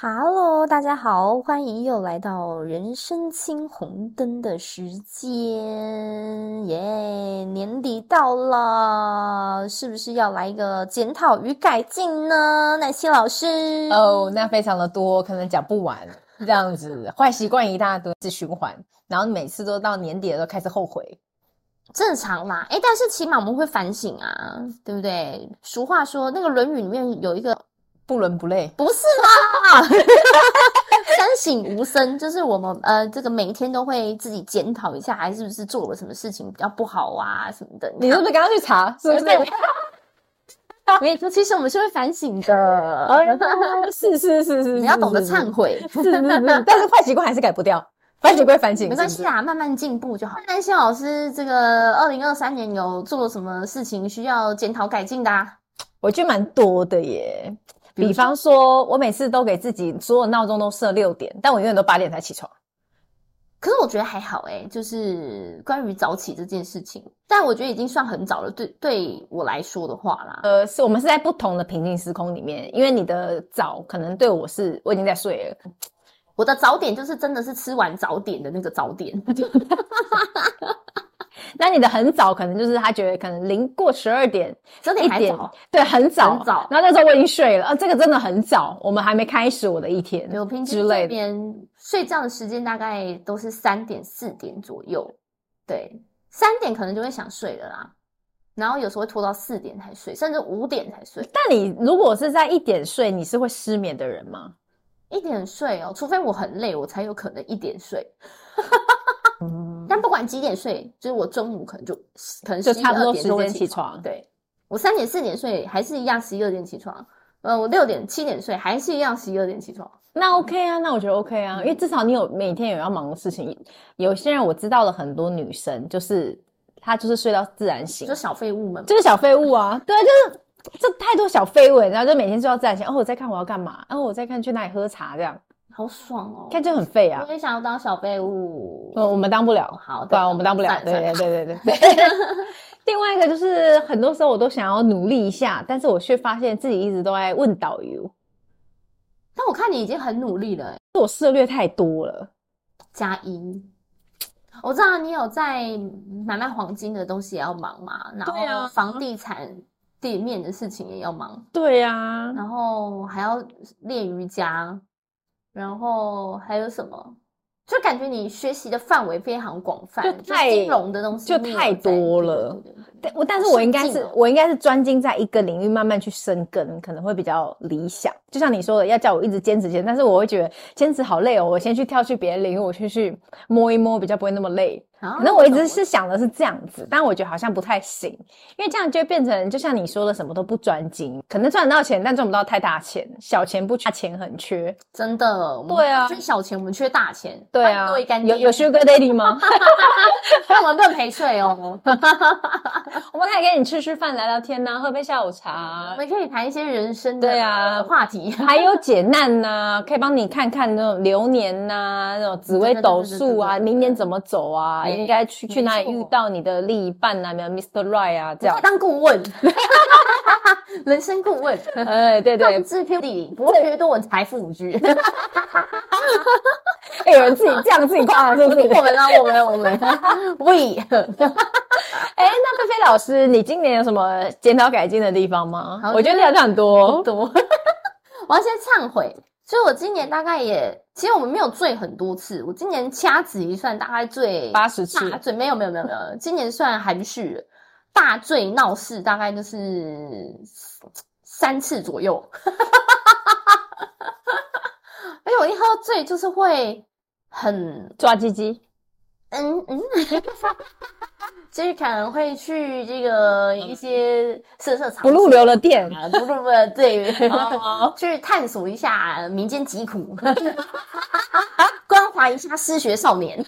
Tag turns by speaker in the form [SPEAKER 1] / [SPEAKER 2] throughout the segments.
[SPEAKER 1] Hello，大家好，欢迎又来到人生青红灯的时间，耶、年底到了，是不是要来一个检讨与改进呢？奶昔老师，
[SPEAKER 2] 哦，那非常的多，可能讲不完。这样子，坏习惯一大堆，是循环，然后每次都到年底的时候开始后悔。
[SPEAKER 1] 正常啦，诶，但是起码我们会反省啊，对不对？俗话说，那个《论语》里面有一个
[SPEAKER 2] 不伦不类，
[SPEAKER 1] 不是啦， 三省吾身，就是我们呃，这个每一天都会自己检讨一下，还是不是做了什么事情比较不好啊什么的。
[SPEAKER 2] 你是不是刚刚去查？是不是？
[SPEAKER 1] 我跟你说，其实我们是会反省的，
[SPEAKER 2] 是是是是，
[SPEAKER 1] 你要懂得
[SPEAKER 2] 唱，
[SPEAKER 1] 忏悔，
[SPEAKER 2] 是是是，但是坏习惯还是改不掉，反省归反省，
[SPEAKER 1] 没关系啦，啊慢慢进步就好。那谢老师，这个二零二三年有做什么事情需要检讨改进的、啊？
[SPEAKER 2] 我觉得蛮多的耶。
[SPEAKER 1] 比如
[SPEAKER 2] 比方说，我每次都给自己所有闹钟都设六点，但我永远都八点才起床。
[SPEAKER 1] 可是我觉得还好诶、就是关于早起这件事情，但我觉得已经算很早了，对对我来说的话啦，
[SPEAKER 2] 呃，是我们是在不同的平行时空里面，因为你的早可能对我是我已经在睡了，
[SPEAKER 1] 我的早点就是真的是吃完早点的那个早点，
[SPEAKER 2] 那你的很早可能就是他觉得可能零过十二点
[SPEAKER 1] 九点
[SPEAKER 2] 一
[SPEAKER 1] 还
[SPEAKER 2] 点
[SPEAKER 1] 早。，
[SPEAKER 2] 对，很早
[SPEAKER 1] 很早
[SPEAKER 2] 然后那时候我已经睡了，啊，这个真的很早，我们还没开始我的一天，
[SPEAKER 1] 对我平
[SPEAKER 2] 之
[SPEAKER 1] 均这
[SPEAKER 2] 类的。
[SPEAKER 1] 边睡觉的时间大概都是三点四点左右，对，三点可能就会想睡了啦，然后有时候会拖到四点才睡，甚至五点才睡。
[SPEAKER 2] 但你如果是在一点睡，你是会失眠的人吗？
[SPEAKER 1] 一点睡哦，除非我很累，我才有可能一点睡。
[SPEAKER 2] 嗯，
[SPEAKER 1] 但不管几点睡，就是我中午可能就可能
[SPEAKER 2] 就
[SPEAKER 1] 11
[SPEAKER 2] 差不多
[SPEAKER 1] 12点
[SPEAKER 2] 时
[SPEAKER 1] 就会
[SPEAKER 2] 间起床。
[SPEAKER 1] 对我三点四点睡还是一样十一二点起床，呃，我六点七点睡还是一样十一二点起床。
[SPEAKER 2] 那 OK 啊，那我觉得 OK 啊，
[SPEAKER 1] 嗯
[SPEAKER 2] 因为至少你有每天有要忙的事情。有些人我知道了很多女生，就是她就是睡到自然醒
[SPEAKER 1] 就，小废物们嘛，
[SPEAKER 2] 就是小废物啊，对啊，就是这太多小废物了，然后就每天睡到自然醒。哦，我在看我要干嘛？哦，我在看去哪里喝茶这样，
[SPEAKER 1] 好爽哦！
[SPEAKER 2] 看就很废啊。
[SPEAKER 1] 我也想要当小废物。
[SPEAKER 2] 呃，我们当不了，
[SPEAKER 1] 好的
[SPEAKER 2] 对啊，我们当不了
[SPEAKER 1] 算，了算了
[SPEAKER 2] 对对对对 对对。另外一个就是，很多时候我都想要努力一下，但是我却发现自己一直都在问导游，
[SPEAKER 1] 但我看你已经很努力了、欸，
[SPEAKER 2] 我涉略太多了。
[SPEAKER 1] 加一。我知道你有在买卖黄金的东西也要忙嘛，然
[SPEAKER 2] 对啊
[SPEAKER 1] 后房地产地面的事情也要忙，
[SPEAKER 2] 对啊呀、
[SPEAKER 1] 然后还要练瑜伽，然后还有什么？就感觉你学习的范围非常广泛，
[SPEAKER 2] 就
[SPEAKER 1] 就
[SPEAKER 2] 太
[SPEAKER 1] 金融的东西
[SPEAKER 2] 就
[SPEAKER 1] 你也有
[SPEAKER 2] 太
[SPEAKER 1] 在
[SPEAKER 2] 多
[SPEAKER 1] 对
[SPEAKER 2] 了
[SPEAKER 1] 对对对对
[SPEAKER 2] 但我但是我应该
[SPEAKER 1] 上进
[SPEAKER 2] 是
[SPEAKER 1] 哦
[SPEAKER 2] 我应该是专精在一个领域慢慢去深耕，可能会比较理想。就像你说的，要叫我一直坚持坚持，但是我会觉得坚持好累哦，我先去跳去别的领域，我去去摸一摸，比较不会那么累。
[SPEAKER 1] 啊
[SPEAKER 2] 可能我一直
[SPEAKER 1] 懂
[SPEAKER 2] 是想的是这样子，但我觉得好像不太行，因为这样就会变成就像你说的，什么都不专精，可能赚得到钱，但赚不到太大钱，小钱不缺，大钱很缺。
[SPEAKER 1] 真的，我们
[SPEAKER 2] 对啊
[SPEAKER 1] 缺小钱我们缺大钱，
[SPEAKER 2] 对啊
[SPEAKER 1] 多一，干
[SPEAKER 2] 有有 Sugar Daddy 吗？
[SPEAKER 1] 但我们不能陪睡哦。
[SPEAKER 2] 我们可以跟你吃吃饭、聊聊天呐、喝杯下午
[SPEAKER 1] 我
[SPEAKER 2] 茶，
[SPEAKER 1] 们可以谈一些人生的
[SPEAKER 2] 对啊
[SPEAKER 1] 话题。
[SPEAKER 2] 还有解难呐、可以帮你看看那种流年呐、那种紫微斗数啊，
[SPEAKER 1] 对对对对对对
[SPEAKER 2] 明年怎么走啊，
[SPEAKER 1] 没
[SPEAKER 2] 应该去
[SPEAKER 1] 没
[SPEAKER 2] 去哪里
[SPEAKER 1] 错
[SPEAKER 2] 遇到你的另一半啊，没有 Mr. Right 啊，这样
[SPEAKER 1] 我。当顾问， 人生顾问，
[SPEAKER 2] 哎，对对
[SPEAKER 1] 政，治 Q 地理，博学多闻，财富无拘。
[SPEAKER 2] 哎有人自己这样自己夸是不是？
[SPEAKER 1] 我们啊，我们，我们 ，we
[SPEAKER 2] 哎，那菲菲老师，你今年有什么检讨改进的地方吗
[SPEAKER 1] 好？
[SPEAKER 2] 我觉得聊到很多，
[SPEAKER 1] 多。 我要先忏悔，所以我今年大概也，其实我们没有醉很多次，我今年掐指一算，大概醉
[SPEAKER 2] 八十次
[SPEAKER 1] 大啊醉没有没有没有没有，今年算含蓄了，大醉闹事大概就是三次左右。而且我哎一喝醉就是会很
[SPEAKER 2] 抓鸡鸡，
[SPEAKER 1] 嗯嗯，就是可能会去这个一些色色场
[SPEAKER 2] 嗯不入
[SPEAKER 1] 所
[SPEAKER 2] 流的店。
[SPEAKER 1] 啊，不不不，对，
[SPEAKER 2] 哦
[SPEAKER 1] 去探索一下民间疾苦， 关怀一下失学少年，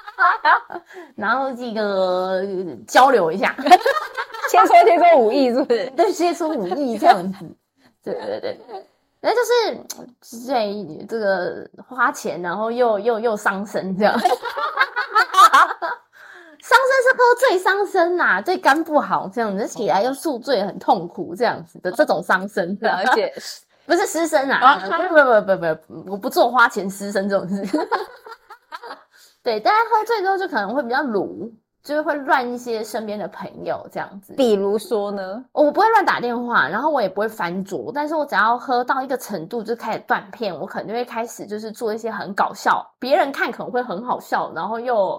[SPEAKER 1] 然后这个交流一下，
[SPEAKER 2] 先说先说武艺是不是？
[SPEAKER 1] 对，接触武艺这样子，对对对。那就是在这个花钱，然后又又又伤身这样， 伤身是喝醉伤身啊呐、对肝不好这样子，起来又宿醉很痛苦这样子的这种伤身，
[SPEAKER 2] 了解，
[SPEAKER 1] 不是师生啊，
[SPEAKER 2] 啊
[SPEAKER 1] 不不不不不，我不做花钱师生这种事。对，大家喝醉之后就可能会比较鲁，就是会乱一些身边的朋友这样子。
[SPEAKER 2] 比如说呢，
[SPEAKER 1] 我不会乱打电话，然后我也不会翻桌，但是我只要喝到一个程度就开始断片，我可能就会开始就是做一些很搞笑，别人看可能会很好笑，然后又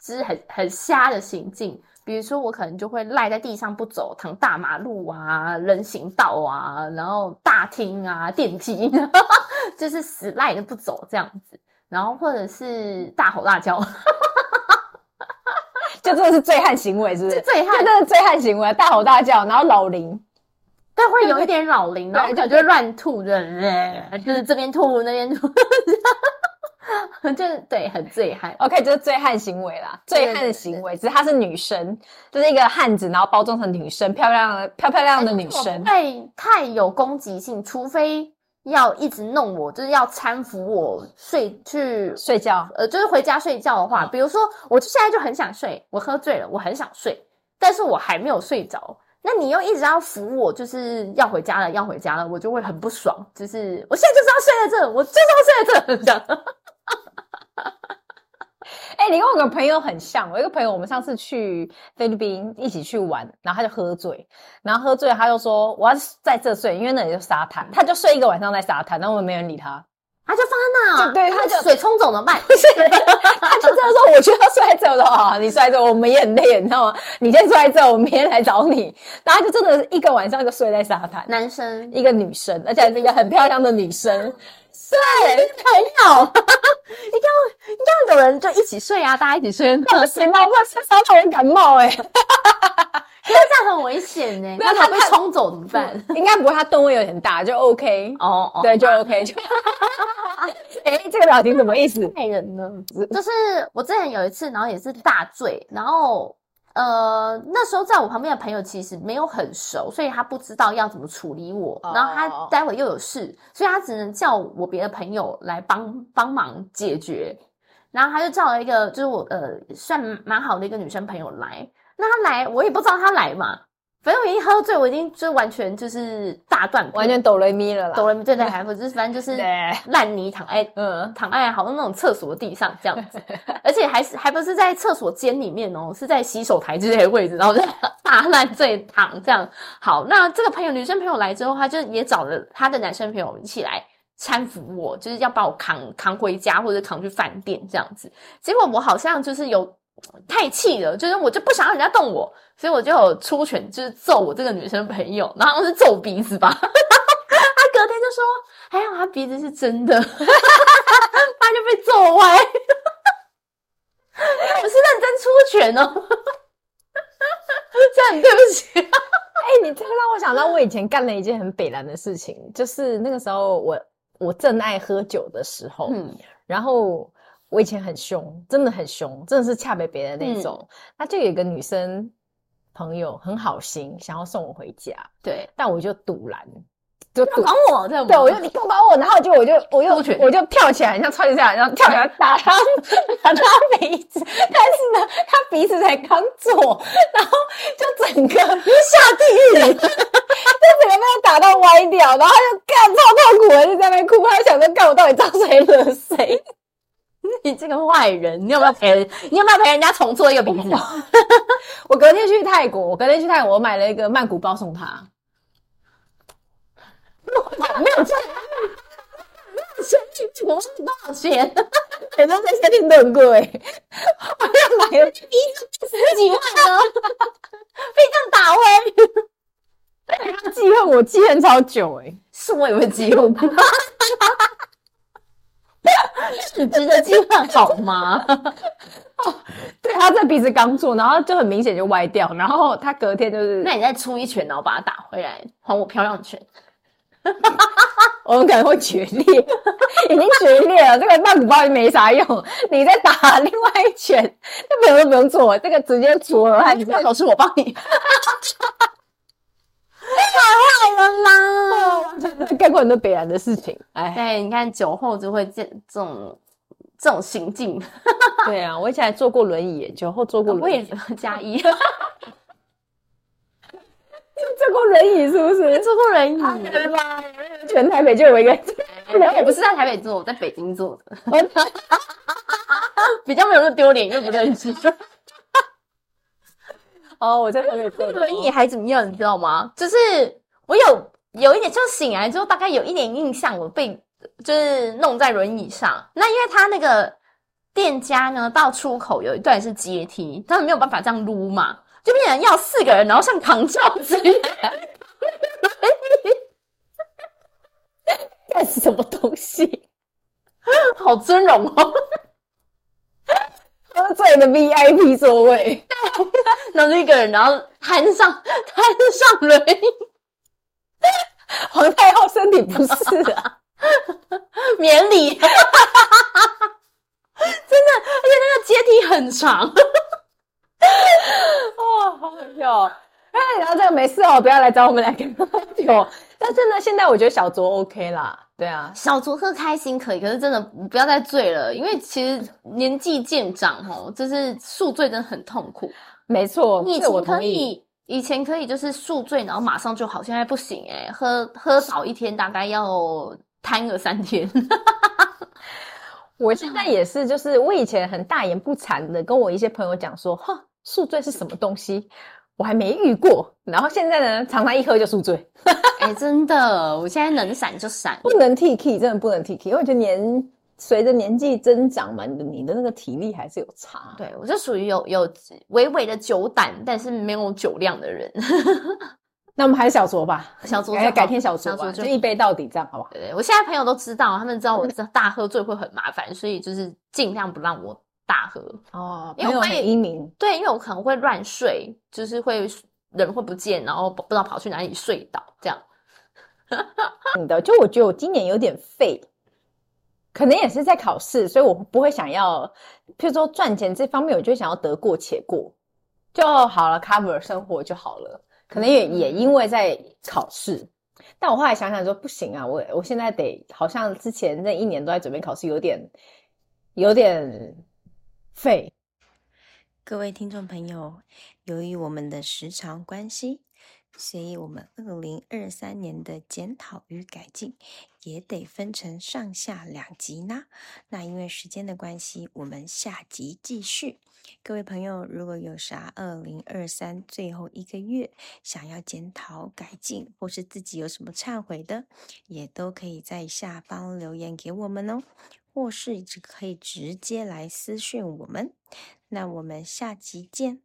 [SPEAKER 1] 就是很很瞎的行径。比如说，我可能就会赖在地上不走，躺大马路啊、人行道啊，然后大厅啊、电梯， 就是死赖着不走这样子，然后或者是大吼大叫，
[SPEAKER 2] 就真的是醉汉行为，是不是？
[SPEAKER 1] 醉汉
[SPEAKER 2] 这真的是醉汉行为，大吼大叫，然后老林，
[SPEAKER 1] 但会有一点老龄，然后可能就会乱吐，对，就是这边吐那边吐， 就是对，很醉汉。
[SPEAKER 2] OK，就是醉汉行为啦，
[SPEAKER 1] 对
[SPEAKER 2] 醉汉的行为，只是她是女生，就是一个汉子，然后包装成女生，漂亮的漂漂亮亮的女生
[SPEAKER 1] 哎我不，会太有攻击性，除非要一直弄我，就是要搀扶我睡去，
[SPEAKER 2] 睡觉
[SPEAKER 1] 呃，就是回家睡觉的
[SPEAKER 2] 嗯
[SPEAKER 1] 话，比如说我就现在就很想睡，我喝醉了，我很想睡，但是我还没有睡着。那你又一直要扶我，就是要回家了，要回家了，我就会很不爽。就是我现在就是要睡在这，我就是要睡在这，这样。
[SPEAKER 2] 哎、你跟我有个朋友很像，我一个朋友，我们上次去菲律宾一起去玩，然后他就喝醉，然后喝醉他就说我要在这睡，因为那里就沙滩，他就睡一个晚上在沙滩，然后我们没人理他，
[SPEAKER 1] 啊他就放在那，
[SPEAKER 2] 就对他就
[SPEAKER 1] 水冲走怎么 办？
[SPEAKER 2] 他就真的说我就要睡在这，我说啊，你睡在这，我们也很累，你知道吗？你先睡在这，我明天来找你。然后他就真的一个晚上就睡在沙滩，
[SPEAKER 1] 男生
[SPEAKER 2] 一个女生，而且还是一个很漂亮的女生，
[SPEAKER 1] 对朋友，应该应该有人就一起睡啊，大家一起 睡，那
[SPEAKER 2] 不行吧？不然沙滩人感冒哎、
[SPEAKER 1] 这样很危险 呢。
[SPEAKER 2] 没有
[SPEAKER 1] 那他被
[SPEAKER 2] 他他
[SPEAKER 1] 冲走怎么办？
[SPEAKER 2] 应该不会，她吨位有点大，就 OK，、
[SPEAKER 1] 哦哦，
[SPEAKER 2] 对，就 OK，就， 哎、这个表情什么意思？
[SPEAKER 1] 害人呢。 就是我之前有一次，然后也是大醉，然后呃那时候在我旁边的朋友其实没有很熟，所以他不知道要怎么处理我，
[SPEAKER 2] 哦
[SPEAKER 1] 然后他待会又有事，所以他只能叫我别的朋友来帮帮忙解决。然后他就叫了一个，就是我呃算蛮好的一个女生朋友来。那她来，我也不知道她来嘛，反正我已经喝醉，我已经就完全就是大断片，
[SPEAKER 2] 完全抖了咪了啦，
[SPEAKER 1] 抖了对对，还不就是反正就是
[SPEAKER 2] 对，
[SPEAKER 1] 烂泥哎躺在
[SPEAKER 2] 嗯，
[SPEAKER 1] 躺在好像那种厕所地上这样子，而且还是还不是在厕所间里面哦，是在洗手台之类的位置，然后在大烂醉躺这样。好，那这个朋友女生朋友来之后，她就也找了她的男生朋友一起来搀扶我，就是要把我扛扛回家或者扛去饭店这样子。结果我好像就是有太气了，就是我就不想让人家动我，所以我就有出拳就是揍我这个女生朋友，然后好像是揍鼻子吧。 然后她隔天就说：“还好她鼻子是真的。”他就被揍歪。 我是认真出拳哦，这样对不起。
[SPEAKER 2] 哎、你这个让我想到我以前干了一件很北蓝的事情，就是那个时候我我正爱喝酒的时候，
[SPEAKER 1] 嗯，
[SPEAKER 2] 然后我以前很凶，真的很凶，真的是恰北北的那种。那就有一个女生朋友很好心，想要送我回家，
[SPEAKER 1] 对，
[SPEAKER 2] 但我就堵拦，就堵。
[SPEAKER 1] 我，对
[SPEAKER 2] 对，我就你干嘛我，然后就我就我
[SPEAKER 1] 出拳
[SPEAKER 2] 就我就跳起来，像超级赛亚人，然后跳起来打他 打他鼻子， 但是呢，他鼻子才刚做，然后就整个下 地狱，就整个被他打到歪掉，然后他就干超痛苦的，就在那边哭，他就想说干我到底招谁惹谁？
[SPEAKER 1] 你这个坏人，你有没有陪人？你有没有陪人家重做一个啊别人？
[SPEAKER 2] 我隔天去泰国，我隔天去泰国，我买了一个曼谷包送他。
[SPEAKER 1] 没有这样，没有生气，我是多少钱？
[SPEAKER 2] 反正在夏天都很贵， 我要买了
[SPEAKER 1] 鼻子十几万呢， 被这样打歪，
[SPEAKER 2] 记恨，我记恨超久哎、
[SPEAKER 1] 是我有没有机会？ 你值得记恨好吗？
[SPEAKER 2] 对，他这鼻子刚做，然后就很明显就歪掉，然后他隔天就是
[SPEAKER 1] 那，你再出一拳，然后把他打回来，还我漂亮拳。
[SPEAKER 2] 我们可能会决裂，已经决裂了，这个曼谷包也没啥用，你再打另外一拳，那朋友都不用做，这个直接除了他，
[SPEAKER 1] 你不要老师，我帮你。太坏了啦！
[SPEAKER 2] 干过很多北然的事情，哎，
[SPEAKER 1] 对，你看酒后就会这这种这种行径，
[SPEAKER 2] 对啊，我以前还坐过轮椅，酒后坐过
[SPEAKER 1] 我
[SPEAKER 2] 轮
[SPEAKER 1] 也
[SPEAKER 2] 椅，
[SPEAKER 1] 加一。
[SPEAKER 2] 坐过轮椅是不是？
[SPEAKER 1] 坐过轮椅，
[SPEAKER 2] 对
[SPEAKER 1] 嗯
[SPEAKER 2] 吧？全台北就有一个，
[SPEAKER 1] 我不是在台北做，我在北京做的， 比较没有那么丢脸，因为不认识。
[SPEAKER 2] 哦，我在台北坐
[SPEAKER 1] 轮椅还怎么样，你知道吗？就是我有有一点，就醒来之后大概有一点印象，我被就是弄在轮椅上。那因为他那个店家呢，到出口有一段是阶梯，他们没有办法这样撸嘛，就变成要四个人，然后像扛轿子一样。
[SPEAKER 2] 干什么东西？
[SPEAKER 1] 好尊荣哦。
[SPEAKER 2] 喝醉的 VIP 座位，
[SPEAKER 1] 然后就一个人，然后摊上摊上轮椅，
[SPEAKER 2] 皇太后身体不适啊，
[SPEAKER 1] 免礼，真 的，而且那个阶梯很长，
[SPEAKER 2] 哦，好好笑哦。哎，然后这个没事哦，不要来找我们两个喝 酒。但是呢，现在我觉得小酌 OK 啦，对啊，
[SPEAKER 1] 小酌喝开心可以，可是真的不要再醉了，因为其实年纪渐长哦，就是宿醉真的很痛苦。
[SPEAKER 2] 没错，
[SPEAKER 1] 你以
[SPEAKER 2] 这我
[SPEAKER 1] 前
[SPEAKER 2] 同
[SPEAKER 1] 可
[SPEAKER 2] 意。
[SPEAKER 1] 以，以前可以就是宿醉，然后马上就好，现在不行哎、喝喝少一天大概要瘫个三天。
[SPEAKER 2] 我现在也是，就是我以前很大言不惭的跟我一些朋友讲说，哈，宿醉是什么东西，我还没遇过。然后现在呢，常常一喝就宿醉，
[SPEAKER 1] 哎、真的，我现在能闪就闪。
[SPEAKER 2] 不能 T K，真的不能 T K，因为我觉得年随着年纪增长嘛，你的你的那个体力还是有差。
[SPEAKER 1] 对我就属于有有微微的酒胆，但是没有酒量的人。
[SPEAKER 2] 那我们还是小酌吧，
[SPEAKER 1] 小酌就
[SPEAKER 2] 改
[SPEAKER 1] 好
[SPEAKER 2] 改天小酌
[SPEAKER 1] 小
[SPEAKER 2] 吧，
[SPEAKER 1] 酌
[SPEAKER 2] 就
[SPEAKER 1] 就
[SPEAKER 2] 一杯到底，这样好不好？
[SPEAKER 1] 对对，我现在朋友都知道，他们知道我大喝醉会很麻烦，所以就是尽量不让我大喝。
[SPEAKER 2] 哦，
[SPEAKER 1] 因为
[SPEAKER 2] 朋友
[SPEAKER 1] 我
[SPEAKER 2] 很
[SPEAKER 1] 也
[SPEAKER 2] 英明，
[SPEAKER 1] 对，因为我可能会乱睡，就是会人会不见，然后不不知道跑去哪里睡倒这样。
[SPEAKER 2] 你的，就我觉得我今年有点废，可能也是在考试，所以我不会想要，譬如说赚钱这方面，我就想要得过且过就好了，cover 生活就好了。可能也也因为在考试，但我后来想想说，不行啊，我我现在得好像之前那一年都在准备考试，有点有点废。
[SPEAKER 3] 各位听众朋友，由于我们的时长关系，所以我们二零二三年的检讨与改进也得分成上下两集呢。那因为时间的关系，我们下集继续。各位朋友，如果有啥二零二三最后一个月想要检讨改进，或是自己有什么忏悔的，也都可以在下方留言给我们哦，或是只可以直接来私讯我们。那我们下集见。